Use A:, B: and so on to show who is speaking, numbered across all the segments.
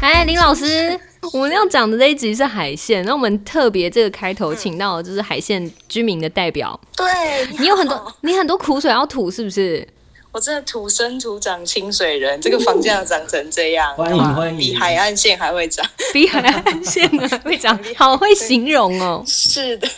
A: 哎，林老师，我们要讲的这一集是海鲜，那我们特别这个开头请到的就是海鲜居民的代表，
B: 对，
A: 你有很
B: 好
A: 多，你很多苦水要吐，是不是？
B: 我真的土生土长清水人，这个房价涨成这样，
C: 欢迎
B: 哇
C: 欢迎
B: 比海岸线还会涨。
A: 比海岸线啊，会讲好会形容哦。
B: 是的，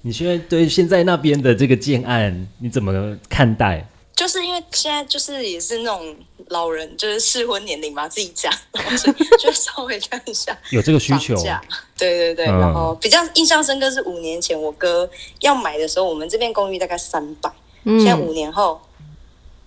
C: 你现在对现在那边的这个建案，你怎么看待？
B: 就是因为现在就是也是那种老人，就是适婚年龄嘛，自己讲， 然后所以就稍微看一下
C: 有这个需求
B: 房，价。对对对，
C: 嗯
B: 然后比较印象深刻是五年前我哥要买的时候，我们这边公寓大概三百、0现在
A: 嗯，
B: 五年后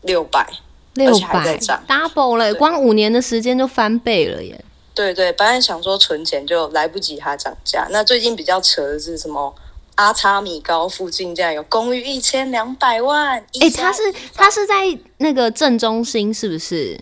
B: 六百。
A: 六
B: 而且还
A: 百
B: 在涨
A: double 了，光五年的时间就翻倍了耶。
B: 对对，本来想说存钱就来不及它涨价。那最近比较扯的是什么？阿叉米高附近竟然有公寓一千两百万，
A: 哎、
B: 一三
A: 它是它是在那个正中心，是不是？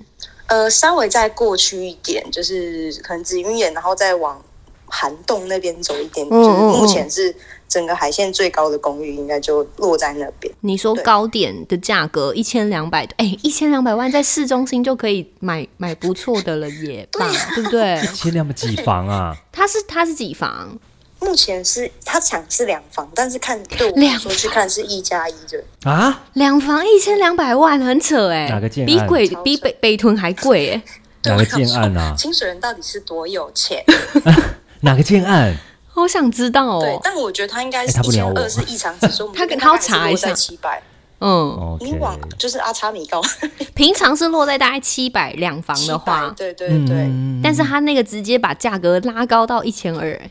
B: 呃稍微再过去一点，就是可能紫云眼，然后再往涵洞那边走一点，
A: 嗯
B: 就
A: 嗯
B: 是
A: 嗯
B: 目前是整个海线最高的公寓，应该就落在那边。
A: 你说
B: 对
A: 高点的价格一千两百，哎，一千两百万在市中心就可以买买不错的了耶，吧，对不对？
C: 千两百几 房啊？
A: 它是它是几房？
B: 目前是它厂是两房，但是看对我来
A: 两
B: 说
A: 房
B: 去看是一加一的，
C: 啊，
A: 两房一千两百万，很扯哎、
C: 哪个建
A: 比
C: 案
A: 鬼
B: 超
A: 比
B: 扯
A: 北北屯还贵哎、
C: 哪个建案啊？
B: 清水人到底是多有钱？
C: 哪个建 案？
A: 好想知道
B: 对
A: 哦，。
B: 但我觉得他应该
C: 哎
B: 是
C: 他
B: 一
C: 不
B: 千
C: 鸟我
B: 二是异常指数，
A: 他跟
B: 他
A: 他查一下
B: 七百。
A: 嗯，
C: 哦 OK，
B: 你往就是阿查米高
A: 平常是落在大概七百两房的话
B: 700，对对
C: 嗯
B: 对、
A: 但是它那个直接把价格拉高到一千二，哎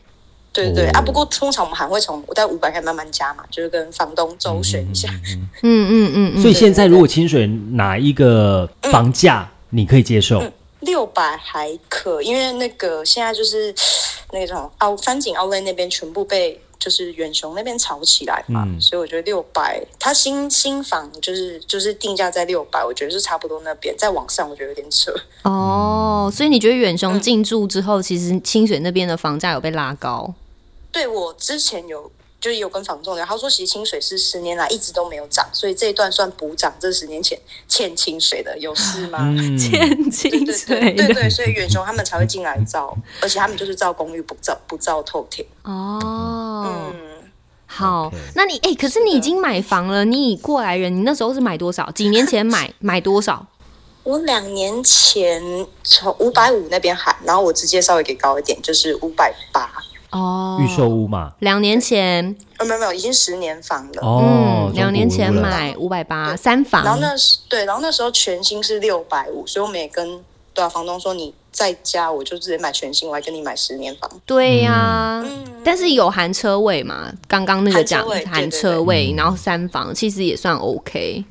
B: 对对、
C: 哦
B: 啊！不过通常我们还会从我在五百开始慢慢加嘛，就是跟房东周旋一下。
A: 嗯嗯嗯嗯，
C: 所以现在如果清水哪一个房价你可以接受？
B: 六百、还可，因为那个现在就是那个什么奥三井奥莱那边全部被就是远雄那边炒起来嘛，
C: 嗯
B: 所以我觉得六百，它新新房就是就是定价在六百，我觉得是差不多那边，再往上我觉得有点扯。
A: 哦，所以你觉得远雄进驻之后，其实清水那边的房价有被拉高？
B: 对我之前有就是有跟房东聊，他说其实清水是十年来一直都没有涨，所以这一段算补涨，这十年前欠清水的，有事吗？
C: 嗯，
A: 欠
B: 对
A: 清
B: 对
A: 水
B: 对对
A: 的
B: 对，所以远雄他们才会进来造，而且他们就是造公寓不造不造透天。
A: 哦，
B: 嗯，
A: 好
C: OK，
A: 那你哎，可是你已经买房了，你以过来人，你那时候是买多少？几年前 买买多少？
B: 我两年前从五百五那边喊，然后我直接稍微给高一点，就是五百八。
A: 哦，
C: 预售屋嘛。
A: 两年前，
B: 呃，没有没有，已经十年房了。
C: 哦
A: 嗯，，两年前买五百八三
B: 然后
A: 房，
B: 那时对，然后那时候全新是六百五，所以我们也跟对啊房东说，你再加我就直接买全新，我还跟你买十年房。
A: 对呀。
B: 嗯，
A: 但是有含车位嘛？刚刚那个讲
B: 含车位对
A: 含
B: 对
A: 车
B: 对
C: 嗯
A: 位，然后三房其实也算 OK。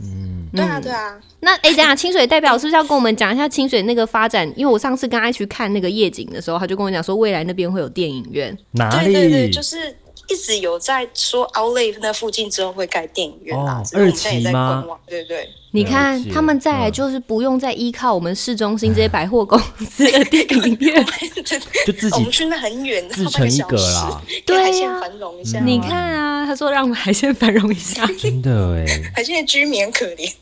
B: 对啊对啊，
A: 那哎、等一下清水代表是不是要跟我们讲一下清水那个发展？因为我上次跟他去看那个夜景的时候，他就跟我讲说，未来那边会有电影院。
C: 哪
B: 对
C: 里？
B: 对对，就是一直有在说 Outlet 那附近之后会盖电影院啦
C: 哦，
B: 只是我们现在
C: 二期
B: 也在
C: 吗
B: 观望。对对，
A: 你看
C: 了，解
A: 他们再来
C: 嗯
A: 就是不用再依靠我们市中心这些百货公司的电影 院。
C: 就自
B: 我
C: 己
B: 们去那很远，
C: 自
B: 要半
C: 成
B: 个
C: 一
B: 小
C: 格
B: 时，
C: 啦，嗯
A: 对啊
B: 海鲜繁荣一下。
A: 你看啊，他说让海鲜繁荣一下。
C: 真的哎，
B: 海鲜的居民很可怜，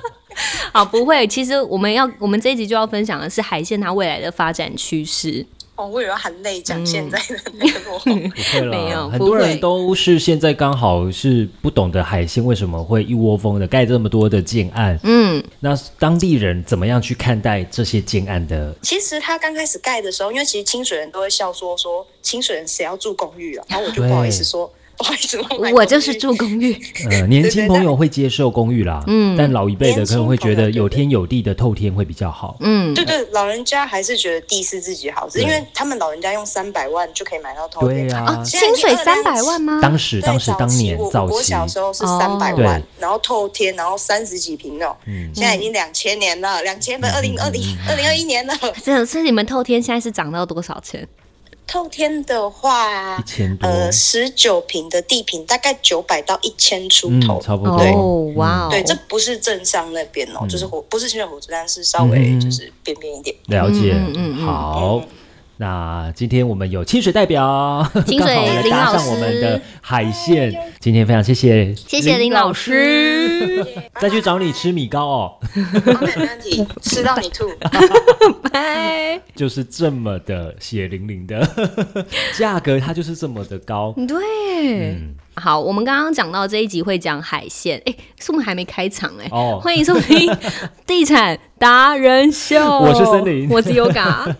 A: 好，不会，其实我们要我们这一集就要分享的是海鲜它未来的发展趋势。
B: 哦，我以为要含泪讲现在的那个落后。
C: 不会啦
A: 没有
C: 很
A: 不
C: 多
A: 会
C: 人都是现在刚好是不懂得海鲜为什么会一窝蜂的盖这么多的建案，
A: 嗯，
C: 那当地人怎么样去看待这些建案的？
B: 其实他刚开始盖的时候，因为其实清水人都会笑说说清水人谁要住公寓啊，然后我就
C: 对
B: 不好意思说， 不好意思，我买
A: 我就是
B: 公寓
A: 住公 寓。
C: 呃，年
B: 对
C: 轻朋友会接受公寓啦，嗯，但老一辈的可能会觉得
B: 年轻朋友
C: 有天有地的透天会比较好，
A: 嗯，
B: 对对，老人家还是觉得地是自己好，只是因为他们老人家用三百万就可以买到头
C: 对
B: 呀、
C: 啊
A: 哦，
B: 现在
A: 清
B: 已经
A: 水
B: 二
A: 三
B: 单
A: 百万吗？
C: 当时
B: 嗯对
C: 当时
B: 早
C: 当
B: 期
C: 年
B: 我
C: 早
B: 我
C: 期，
B: 小时候是
A: 哦
B: 三百万
C: 对，嗯
B: 然后透天，然后三十几平哦，现在已经两千年了，两千不二零二零二零二一年了。
A: 这是你们透天现在是涨到多少钱？
B: 透天的话
C: 一，千多，
B: 呃，十九平的地平大概九百到一千出
C: 嗯，
B: 头。
C: 差不嗯多，
A: 哦，哇哦，
B: 对，这不是镇上那边哦，就是火，不是清水火车站，是稍微
C: 嗯
B: 就是边边一点。
C: 了解，
A: 嗯嗯嗯嗯
C: 好。那今天我们有清水代表，
A: 清
C: 刚好
A: 水
C: 也
A: 林
C: 搭
A: 老
C: 上我们的
A: 师
C: 海线。今天非常谢谢，
A: 谢谢林老师，
C: 再去找你吃米糕 哦，
B: 好没问题，吃到你 吐。
A: 拜。
C: 就是这么的血淋淋的 价格，它就是这么的高。
A: 对，
C: 嗯
A: 好，我们刚刚讲到这一集会讲海鲜，哎，是我们还没开场哎、
C: 哦
A: 欢迎收听 《地产达人秀》，
C: 我是森林
A: 我是 Yoga，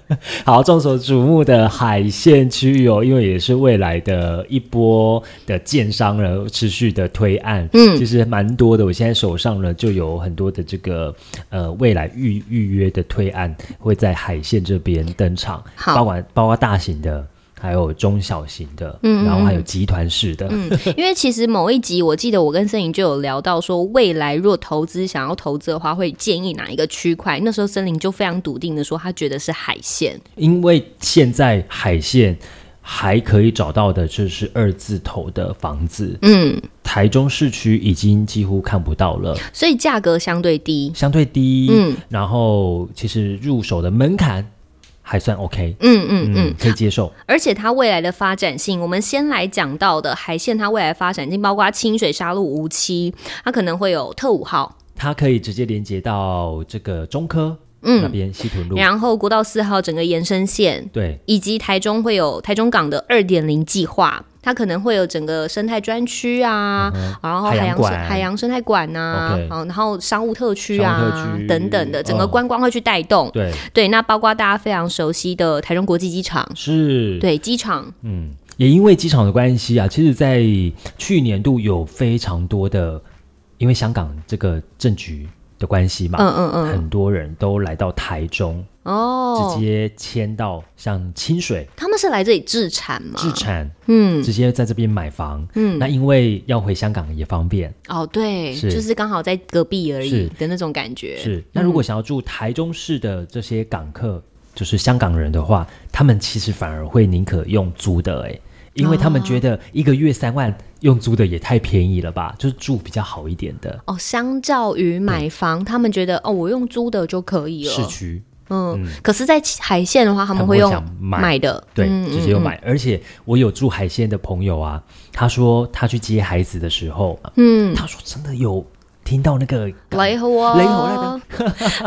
C: 好，众所瞩目的海线区域哦，因为也是未来的一波的建商呢持续的推案，
A: 嗯
C: 其实蛮多的。我现在手上呢就有很多的这个呃未来预预约的推案会在海线这边登场，
A: 好
C: 包括包括大型的。还有中小型的，
A: 嗯嗯
C: 然后还有集团式的，
A: 嗯，因为其实某一集我记得我跟森林就有聊到说，未来若投资想要投资的话，会建议哪一个区块？那时候森林就非常笃定的说，他觉得是海鲜。
C: 因为现在海线还可以找到的就是二字头的房子，
A: 嗯，
C: 台中市区已经几乎看不到了。
A: 所以价格相对低。
C: 相对低，
A: 嗯
C: 然后其实入手的门槛还算 OK，
A: 嗯嗯嗯，
C: 可以接受。
A: 而且它未来的发展性，我们先来讲到的海线，它未来发展性包括清水沙路无期，它可能会有特五号，
C: 它可以直接连接到这个中科、
A: 嗯
C: 那边西屯路，
A: 然后国道四号整个延伸线，
C: 对，
A: 以及台中会有台中港的二点零计划，它可能会有整个生态专区啊，然后
C: 嗯海
A: 海洋
C: 洋
A: 生
C: 馆
A: 海洋生态馆啊
C: OK，
A: 好然后商务特区
C: 商
A: 啊
C: 务特区
A: 等等的，整个
C: 嗯
A: 观光会去带动。
C: 对，
A: 对，那包括大家非常熟悉的台中国际机场，
C: 是，，
A: 对机场，
C: 嗯，也因为机场的关系啊，其实，在去年度有非常多的，因为香港这个政局的关系嘛，
A: 嗯嗯 嗯，
C: 很多人都来到台中，直
A: 哦，
C: 接迁到像清水
A: 他们是来这里置产吗？
C: 置产，
A: 嗯，
C: 直接在这边买房。嗯，那因为要回香港也方便。
A: 哦，对，
C: 是
A: 就是刚好在隔壁而已
C: 是
A: 的那种感觉。
C: 是，那如果想要住台中市的这些港客，就是香港人的话，他们其实反而会宁可用租的、欸，因为他们觉得一个月三万用租的也太便宜了吧，就是住比较好一点的
A: 哦，相较于买房，他们觉得哦，我用租的就可以了。
C: 市区，
A: 嗯，可是，在海线的话，他
C: 他
A: 们
C: 们
A: 会
C: 会
A: 用
C: 想买
A: 的，
C: 对，
A: 嗯
C: 直接有买。而且我有住海鲜的朋友啊，他说他去接孩子的时候，
A: 嗯，
C: 他说真的有听到那个港
A: 雷猴啊，
C: 雷猴那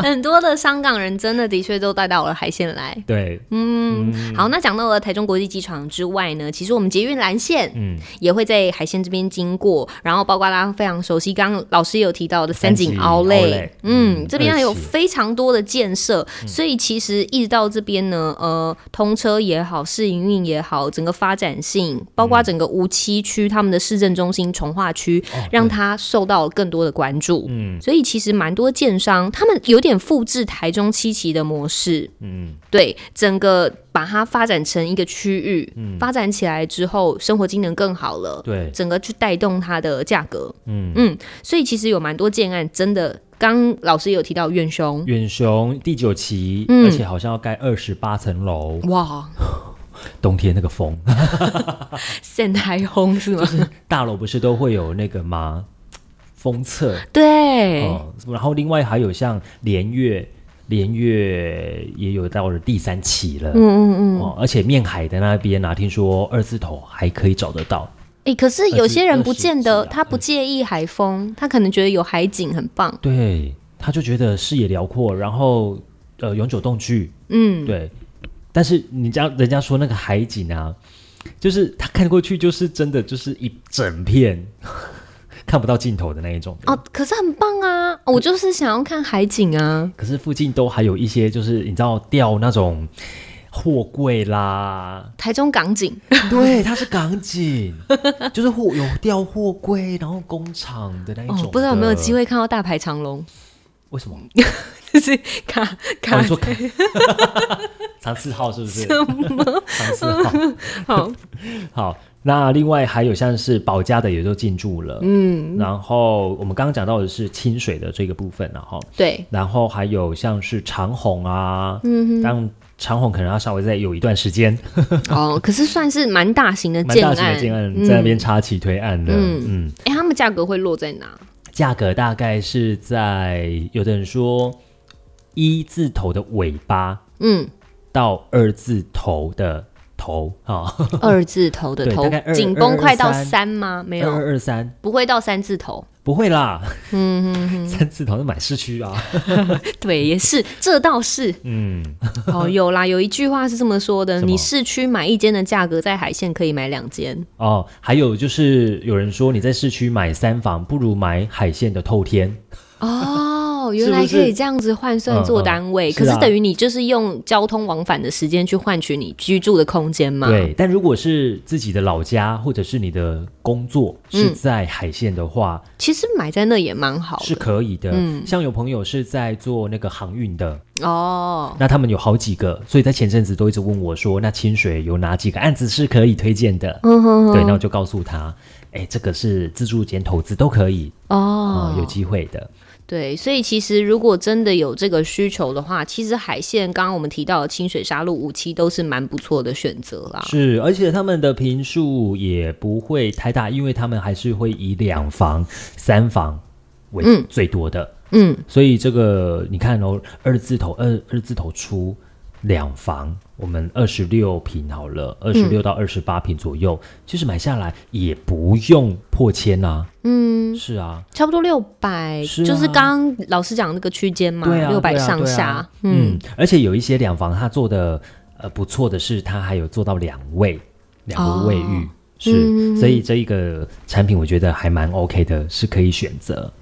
A: 很多的香港人真的的确都带到了海线来。
C: 对，
A: 嗯，好，那讲到了台中国际机场之外呢，其实我们捷运蓝线，
C: 嗯
A: 也会在海线这边经过，然后包括大家非常熟悉，刚刚老师也有提到的三井奥
C: 三
A: 莱
C: 井 Outlet，，
A: 嗯，
C: 嗯
A: 这边还有
C: 二期
A: 非常多的建设，所以其实一直到这边呢，呃，通车也好，试营运也好，整个发展性，包括整个无期区他们的市政中心从化区，让它受到更多的关注，哦嗯，所以其实蛮多建商他们有点复制台中七期的模式，
C: 嗯，
A: 对，整个把它发展成一个区域，发展起来之后，生活机能更好了，
C: 嗯对，
A: 整个去带动它的价格，
C: 嗯
A: 嗯，所以其实有蛮多建案真的，刚老师有提到院兄，
C: 远雄第九期，
A: 嗯
C: 而且好像要盖二十八层楼，
A: 哇，
C: 冬天那个风。
A: 现台轰是吗？
C: 大楼不是都会有那个吗？封测，
A: 对，
C: 哦，然后另外还有像连月，连月也有到了第三期了，
A: 嗯嗯嗯，
C: 哦，而且面海的那边啊，听说二字头还可以找得到，
A: 哎、可是有些人不见
C: 二
A: 得
C: 十几啊
A: 他不介意海风，他可能觉得有海景很棒，
C: 对，他就觉得视野辽阔，然后呃永久动距，
A: 嗯，
C: 对，但是你家人家说那个海景啊，就是他看过去就是真的就是一整片 看不到尽头的那一种，
A: 哦，可是很棒啊，我就是想要看海景啊，，
C: 可是附近都还有一些，就是你知道吊那种货柜啦
A: 台中港景，
C: 哎对，它是港景，就是货有吊货柜，然后工厂的那一种、
A: 哦，不知道有没有机？会看到大排长 龙。
C: 为什么？
A: 就是卡
C: 哦
A: 卡
C: 你说港 长四号是不是？长四号
A: 好，
C: 好。那另外还有像是保家的也都进驻了，嗯，然后我们刚刚讲到的是清水的这个部分然后。
A: 对，
C: 然后还有像是长虹啊，嗯，但长虹可能要稍微再有一段时间，
A: 哦，可是算是蛮大型的呃
C: 蛮
A: 建
C: 大
A: 案，
C: 型的建案在那边插旗推案的，
A: 嗯
C: 嗯
A: 哎、他们价格会落在哪？
C: 价格大概是在有的人说一字头的尾巴
A: 嗯，
C: 到二字头的头啊，
A: 嗯二字头的
C: 对
A: 头
C: 大概二，
A: 紧绷快到
C: 223
A: 三吗？没
C: 二
A: 有，
C: 二二三
A: 不会到三字头。
C: 不会啦，
A: 嗯嗯嗯，
C: 三字头是满市区啊。
A: 对，也是，这倒是
C: 嗯，
A: 哦，有啦，有一句话是这么说的：
C: 什么
A: 你市区买一间的价格，在海线可以买两间。
C: 哦，还有就是有人说你在市区买三房，不如买海线的透天。
A: 哦，原
C: 是不
A: 来可以
C: 是
A: 这样子换算
C: 嗯
A: 做
C: 嗯
A: 单位，
C: 是
A: 可是
C: 啊
A: 等于你就是用交通往返的时间去换取你居住的空间嘛？
C: 对，但如果是自己的老家或者是你的工作是在海线的话，
A: 其实买在那也蛮好
C: 是
A: 的
C: 可以的。
A: 嗯
C: 像有朋友是在做那个航运的，
A: 哦。
C: 那他们有好几个，所以在前阵子都一直问我说，那清水有哪几个案子是可以推荐的？
A: 嗯哼哼，
C: 对，那我就告诉他，哎，这个是自助兼投资都可以啊、
A: 哦，
C: 有机会的。
A: 对，所以其实如果真的有这个需求的话，其实海线刚刚我们提到的清水沙路、五期都是蛮不错的选择啦。
C: 是，而且他们的平数也不会太大，因为他们还是会以两房、三房为
A: 嗯
C: 最多的。
A: 嗯，
C: 所以这个你看哦，二字头二二字头出两房，我们二十六平好了，二十六到二十八平左右，其实买下来也不用破千啊。嗯，是啊，
A: 差不多六百、
C: 是啊
A: 就是刚刚老师讲的那个区间嘛，
C: 对啊，
A: 六百、
C: 对啊
A: 上
C: 对啊
A: 下。
C: 嗯，而且有一些两房它做的呃不错的是，它还有做到两位两个卫浴。
A: 哦
C: 是，所以这一个产品我觉得还蛮 OK 的，是可以选择。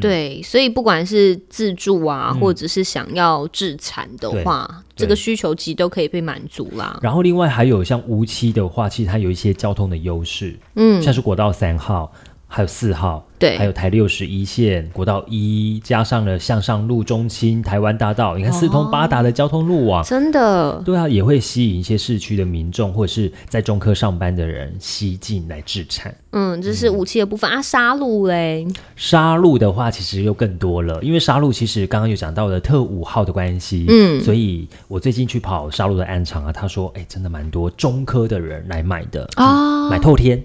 A: 对，所以不管是自住啊，或者是想要自产的话，
C: 嗯对
A: 这个需求其实都可以被满足啦。
C: 然后另外还有像无期的话，其实它有一些交通的优势，
A: 嗯，
C: 像是国道三号，还有四号，
A: 对
C: 还有台六十一线、国道一，加上了向上路、中心、台湾大道，你
A: 哦
C: 看四通八达的交通路网，
A: 真的
C: 对啊，也会吸引一些市区的民众或者是在中科上班的人西进来置产。
A: 嗯，这是武器的部分啊，杀戮嘞，
C: 沙鹿的话，其实又更多了，因为沙鹿其实刚刚有讲到的特五号的关系，
A: 嗯
C: 所以我最近去跑沙鹿的暗场啊，他说，哎、真的蛮多中科的人来买的
A: 啊
C: 买透天，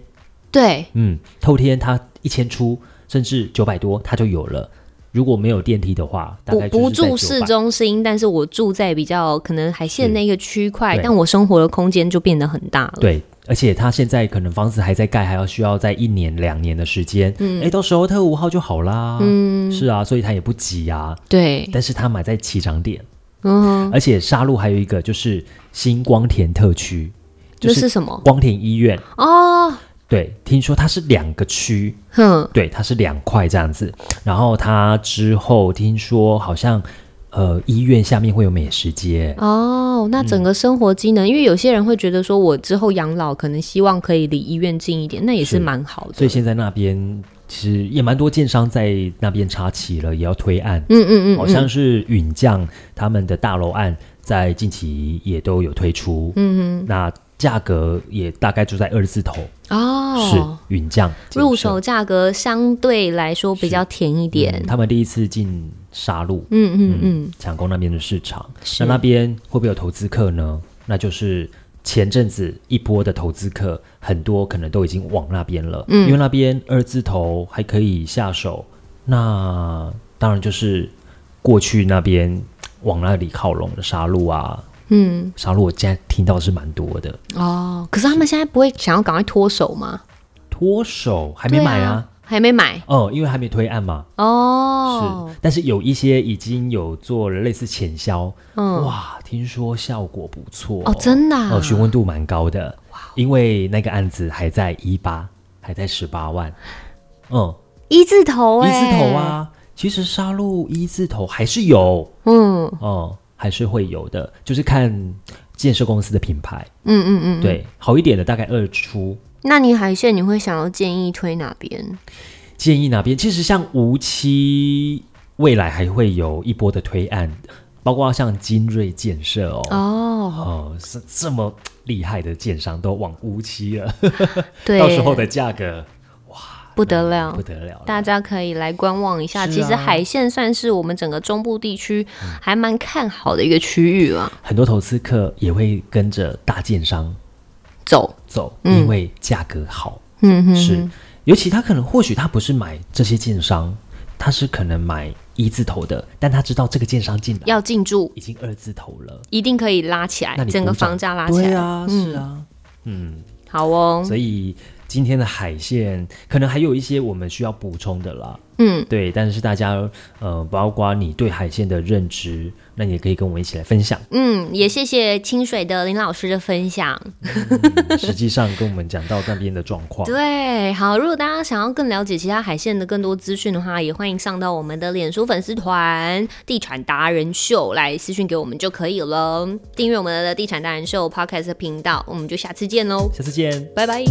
A: 对，
C: 嗯，透天它一千出，甚至九百多，它就有了。如果没有电梯的话，大
A: 我
C: 概就是
A: 不
C: 在
A: 住
C: 900
A: 市。中心，但是我住在比较可能海线
C: 是
A: 那个区块，
C: 对
A: 但我生活的空间就变得很大了。
C: 对，而且它现在可能房子还在盖，还要需要在一年两年的时间。嗯，哎，到时候特五号就好啦。嗯，是啊，所以它也不急啊。
A: 对，
C: 但是它买在起涨点，
A: 嗯，
C: 而且沙鹿还有一个就是星光田特区，就
A: 这
C: 是
A: 是什么？
C: 光田医院。
A: 哦，
C: 对，听说它是两个区，
A: 哼，
C: 对，它是两块这样子。然后它之后听说好像，呃，医院下面会有美食街，
A: 哦，那
C: 嗯
A: 整个生活机能，因为有些人会觉得说，我之后养老可能希望可以离医院近一点，那也是
C: 是
A: 蛮好的。
C: 所以现在那边其实也蛮多建商在那边插旗了，也要推案。
A: 嗯嗯嗯，
C: 好像是允将他们的大楼案在近期也都有推出，嗯嗯，那价格也大概就在二字头，
A: 哦，
C: 是允将
A: 入
C: 建设
A: 手价格相对来说比较甜一点
C: 嗯。他们第一次进沙鹿，
A: 嗯嗯嗯，
C: 嗯，抢攻那边的市场。
A: 是
C: 那那边会不会有投资客呢？那就是前阵子一波的投资客，很多可能都已经往那边了，
A: 嗯
C: 因为那边二字头还可以下手。那当然就是过去那边往那里靠拢的沙鹿啊，
A: 嗯
C: 沙鹿我现在听到是蛮多的。
A: 哦，可是他们现在不会想要赶快脱手吗？
C: 脱手还没买
A: 对
C: 啊？，
A: 还没买
C: 哦，因为还没推案嘛。
A: 哦
C: 是，，但是有一些已经有做了类似潜销，
A: 嗯
C: 哇，听说效果不错
A: 哦真的啊哦
C: 哦，询问度蛮高的，因为那个案子还在一八，还在十八万，嗯，
A: 一字头
C: 一
A: 哎，
C: 字头，啊，其实杀戮一字头还是有，
A: 嗯
C: 哦、还是会有的，就是看建设公司的品牌，
A: 嗯嗯嗯，
C: 对，好一点的大概二出。
A: 那你海线你会想要建议推哪边？
C: 建议哪边？其实像无期未来还会有一波的推案，包括像精锐建设哦，
A: 哦，
C: 哦，是这么厉害的建商都往无期了，
A: 对，啊
C: 到时候的价格
A: 不得了
C: 不。得了了
A: 大家可以来观望一下，
C: 是啊嗯
A: 其实海线算是我们整个中部地区还蛮看好的一个区域啊。
C: 很多投资客也会跟着大建商
A: 走，
C: 走，
A: 嗯
C: 因为价格好、
A: 嗯哼哼，
C: 是，尤其他可能或许他不是买这些建商，他是可能买一字头的，但他知道这个建商进来
A: 要进驻，
C: 已经二字头了，
A: 一定可以拉起
C: 那
A: 来，
C: 你
A: 整个
C: 补涨
A: 房价拉起来。
C: 对啊，是
A: 嗯，
C: 啊，嗯，
A: 好哦，
C: 所以今天的海线可能还有一些我们需要补充的啦。
A: 嗯，
C: 对，但是大家呃，包括你对海线的认知，那你也可以跟我们一起来分享。
A: 嗯，也谢谢清水的林老师的分享。
C: 实际上跟我们讲到那边的状况。
A: 对，好，如果大家想要更了解其他海线的更多资讯的话，也欢迎上到我们的脸书粉丝团“地产达人秀”来私讯给我们就可以了。订阅我们的“地产达人秀 ”Podcast 频道，我们就下次见喽，
C: 下次见。
A: 拜拜。